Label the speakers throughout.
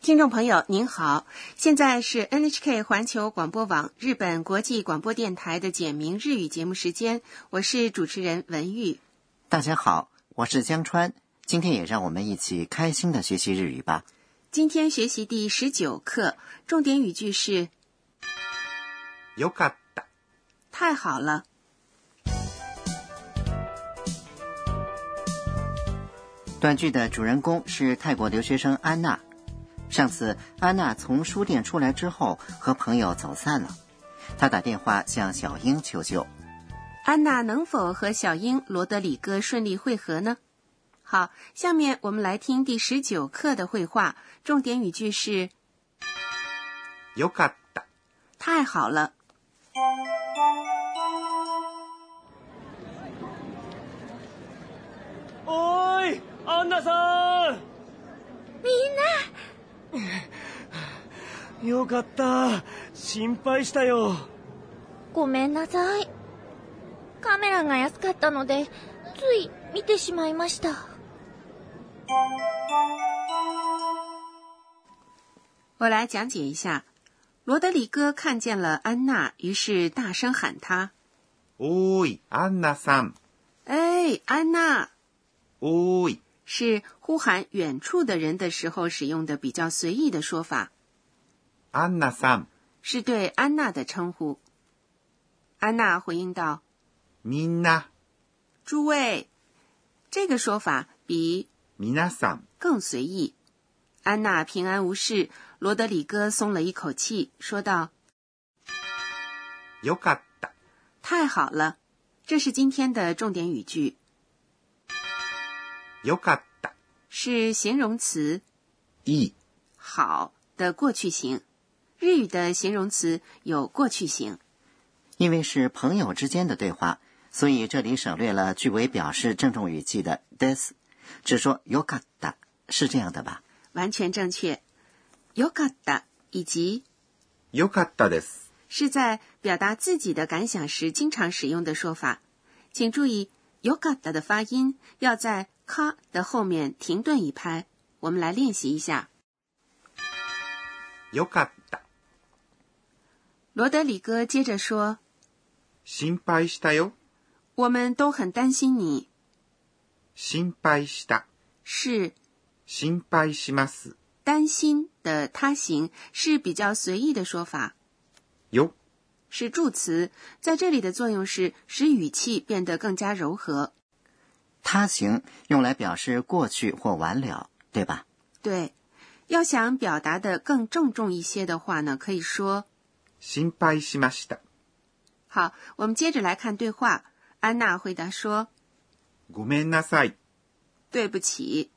Speaker 1: 听众朋友您好，现在是 NHK 环球广播网日本国际广播电台的简明日语节目时间，我是主持人文玉。
Speaker 2: 大家好，我是江川，今天也让我们一起开心的学习日语吧。
Speaker 1: 今天学习第十九课，重点语句是
Speaker 3: よかった。
Speaker 1: “太好了
Speaker 2: 短剧的主人公是泰国留学生安娜。上次安娜从书店出来之后，和朋友走散了，她打电话向小英求救。”。
Speaker 1: 安娜能否和小英、罗德里戈顺利会合呢？好，下面我们来听第十九课的绘画，重点语句是
Speaker 3: よかった。
Speaker 1: “太好了
Speaker 4: おーいアンナさんみんな よかった心配したよ
Speaker 5: ごめんなさい。カメラが安かったので、つい見てしまいました。よ」
Speaker 1: 我来讲解一下。罗德里戈看见了安娜，于是大声喊她
Speaker 3: おーい、アンナさん。：“
Speaker 1: 哎，安娜！”
Speaker 3: おーい。
Speaker 1: 是呼喊远处的人的时候使用的比较随意的说法，
Speaker 3: アンナさん。
Speaker 1: 是对安娜的称呼。安娜回应道
Speaker 3: みんな、：“
Speaker 1: 诸位，这个说法比
Speaker 3: みなさん。
Speaker 1: 更随意。”安娜平安无事，罗德里戈松了一口气，说道
Speaker 3: よかった。：“
Speaker 1: 太好了，这是今天的重点语句，
Speaker 3: よかった。
Speaker 1: 是形容词
Speaker 3: いい。
Speaker 1: ‘好’的过去形。日语的形容词有过去形。
Speaker 2: 因为是朋友之间的对话，所以这里省略了句尾表示郑重语气的 this，只说 yokata，是这样的吧？
Speaker 1: 完全正确。よかった以及
Speaker 3: よかったです。
Speaker 1: 是在表达自己的感想时经常使用的说法，请注意よかった的发音要在か的后面停顿一拍。我们来练习一下。
Speaker 3: よかった。
Speaker 1: 罗德里戈接着说
Speaker 3: 心配したよ。：“
Speaker 1: 我们都很担心你，
Speaker 3: 心配した。
Speaker 1: 是
Speaker 3: 心配します。
Speaker 1: 担心的他形是比较随意的说法，
Speaker 3: よ、
Speaker 1: 是助词，在这里的作用是使语气变得更加柔和。
Speaker 2: 他行用来表示过去或完了，对吧？
Speaker 1: 对，要想表达的更郑重一些的话呢，可以说
Speaker 3: 心配しました。
Speaker 1: 好。我们接着来看对话。安娜回答说
Speaker 3: ごめんなさい。：“
Speaker 1: 对不起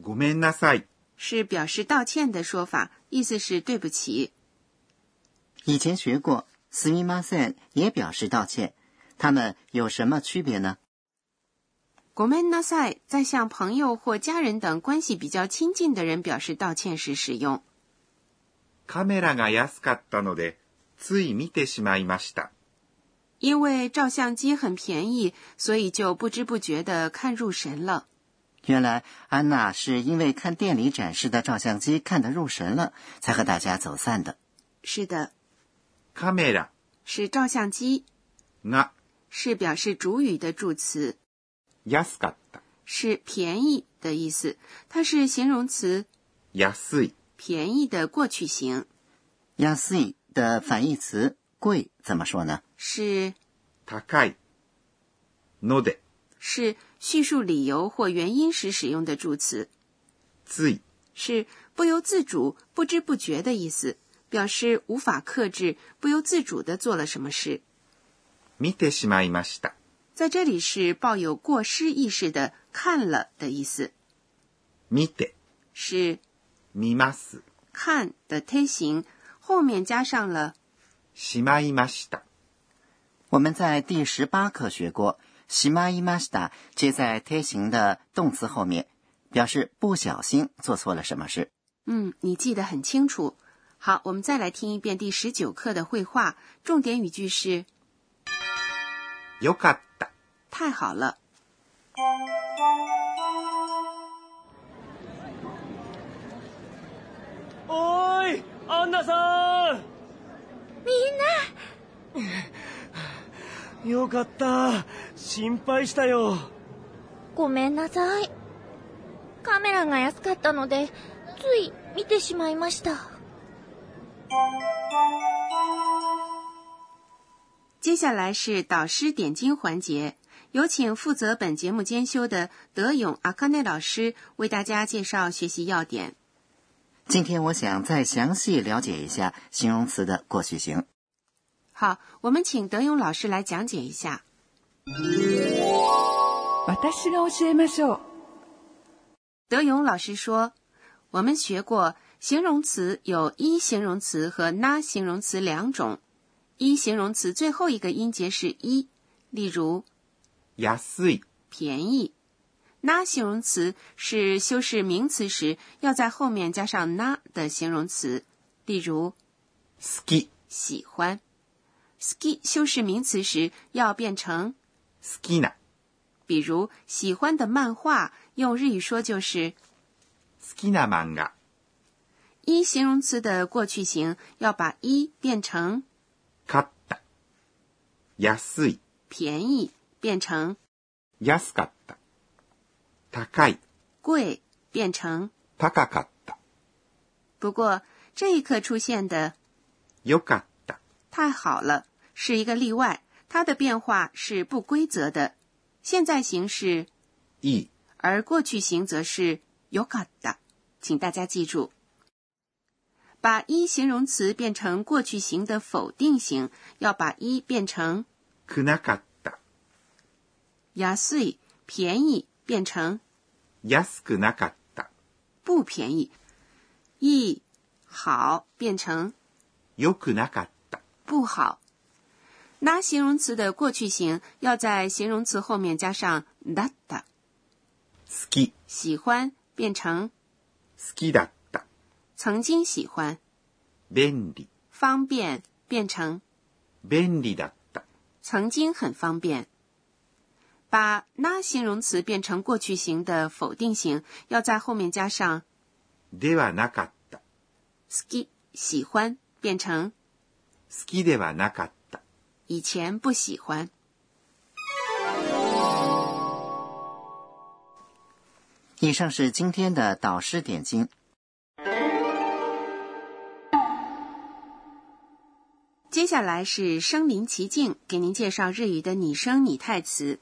Speaker 3: ごめんなさい。”
Speaker 1: 是表示道歉的说法，意思是对不起。
Speaker 2: 以前学过 s m i m a s e n 也表示道歉，它们有什么区别呢？
Speaker 1: ごめんなさい在向朋友或家人等关系比较亲近的人表示道歉时使用。
Speaker 3: カメラが安かったので、つい見てしまいました。
Speaker 1: 因为照相机很便宜，所以就不知不觉的看入神了。
Speaker 2: 原来安娜是因为看店里展示的照相机看得入神了，才和大家走散的。
Speaker 1: 是的，
Speaker 3: カメラ
Speaker 1: 是照相机，
Speaker 3: が
Speaker 1: 是表示主语的助词。
Speaker 3: 安かった。
Speaker 1: 是便宜的意思，它是形容词
Speaker 3: 安い。
Speaker 1: “便宜”的过去形，
Speaker 2: 亚斯伊的反义词贵怎么说呢？
Speaker 1: 是
Speaker 3: 高い。ので、
Speaker 1: 是叙述理由或原因时使用的助词，
Speaker 3: つい、
Speaker 1: 是不由自主、不知不觉的意思，表示无法克制、不由自主的做了什么事。
Speaker 3: 見てしまいました。
Speaker 1: 在这里是抱有过失意识的“看了”的意思，
Speaker 3: 見て、
Speaker 1: 是
Speaker 3: 見ます。
Speaker 1: “看”的推形，后面加上了
Speaker 3: しまいました。
Speaker 2: 我们在第十八课学过，しまいました接在贴形的动词后面，表示不小心做错了什么事。
Speaker 1: 嗯，你记得很清楚。好，我们再来听一遍第十九课的绘画，重点语句是
Speaker 3: よかった。
Speaker 1: “太好了
Speaker 4: おーいアンナさん よかった心配したよ
Speaker 5: ごめんなさい。カメラが安かったので、つい見てしまいました。
Speaker 1: 接下来是导师点睛环节，有请负责本节目监修的德勇阿卡内老师为大家介绍学习要点。
Speaker 2: 今天我想再详细了解一下形容词的过去型。
Speaker 1: 好，我们请德勇老师来讲解一下。
Speaker 6: 私が教えましょう。
Speaker 1: 德勇老师说，我们学过形容词有一形容词和那形容词两种，一形容词最后一个音节是一，例如
Speaker 3: 安い、
Speaker 1: 便宜。那形容词是修饰名词时要在后面加上那的形容词，例如
Speaker 3: 好き、好
Speaker 1: 喜欢。ski 修饰名词时要变成，
Speaker 3: きな、
Speaker 1: 比如喜欢的漫画，用日语说就是
Speaker 3: 好きな漫画、
Speaker 1: 一形容词的过去形要把一变成
Speaker 3: 買った。安い、
Speaker 1: 便宜，变成
Speaker 3: 安かった。高い、
Speaker 1: 贵，变成。
Speaker 3: 高かった。
Speaker 1: 不过这一课出现的
Speaker 3: よかった。
Speaker 1: 太好了，是一个例外，它的变化是不规则的。现在形是，
Speaker 3: いい、
Speaker 1: 而过去形则是よかった。请大家记住，把一形容词变成过去形的否定形，要把一变成
Speaker 3: くなかった。
Speaker 1: 安い，便宜变成
Speaker 3: 安くなかった。
Speaker 1: 不便宜，一好变成
Speaker 3: 良くなかった。
Speaker 1: 不好。那形容词的过去形要在形容词后面加上だった。
Speaker 3: 好き、好
Speaker 1: 喜欢变成
Speaker 3: きだった。
Speaker 1: 曾经喜欢，
Speaker 3: 便利、
Speaker 1: 方便变成
Speaker 3: 便利だった。
Speaker 1: 曾经很方便。把那形容词变成过去形的否定形，要在后面加上
Speaker 3: ではなかった。好
Speaker 1: ski 喜欢变成
Speaker 3: きではなかった。
Speaker 1: 以前不喜欢。
Speaker 2: 以上是今天的导师点睛。
Speaker 1: 接下来是身临其境，给您介绍日语的拟声拟态词。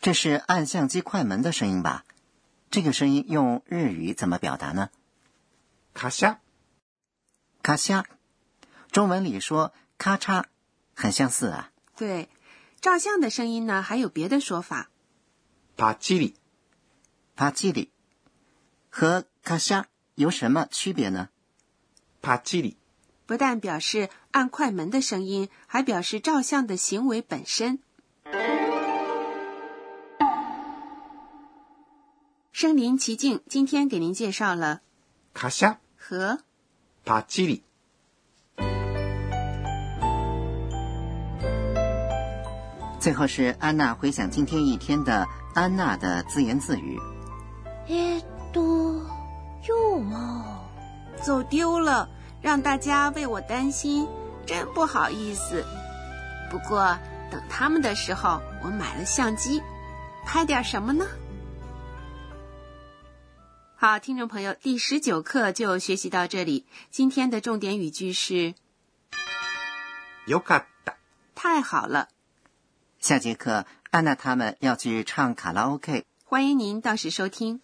Speaker 2: 这是按相机快门的声音吧？这个声音用日语怎么表达呢？
Speaker 3: カシャ、
Speaker 2: 咔嚓，中文里说咔嚓，很相似啊。
Speaker 1: 对，照相的声音呢，还有别的说法。
Speaker 3: パチリ、
Speaker 2: 啪叽里和咔嚓有什么区别呢？
Speaker 3: パチリ、
Speaker 1: 不但表示按快门的声音，还表示照相的行为本身。身临其境，今天给您介绍了
Speaker 3: カシャ、
Speaker 1: 和
Speaker 3: パチリ。
Speaker 2: 最后是安娜回想今天一天的安娜的自言自语。
Speaker 5: えーっと、今日は、
Speaker 1: 走丢了，让大家为我担心，真不好意思。不过等他们的时候，我买了相机，拍点什么呢？好，听众朋友，第十九课就学习到这里。今天的重点语句是
Speaker 3: よかった。
Speaker 1: “太好了
Speaker 2: 下节课，安娜他们要去唱卡拉 OK。”，
Speaker 1: 欢迎您到时收听。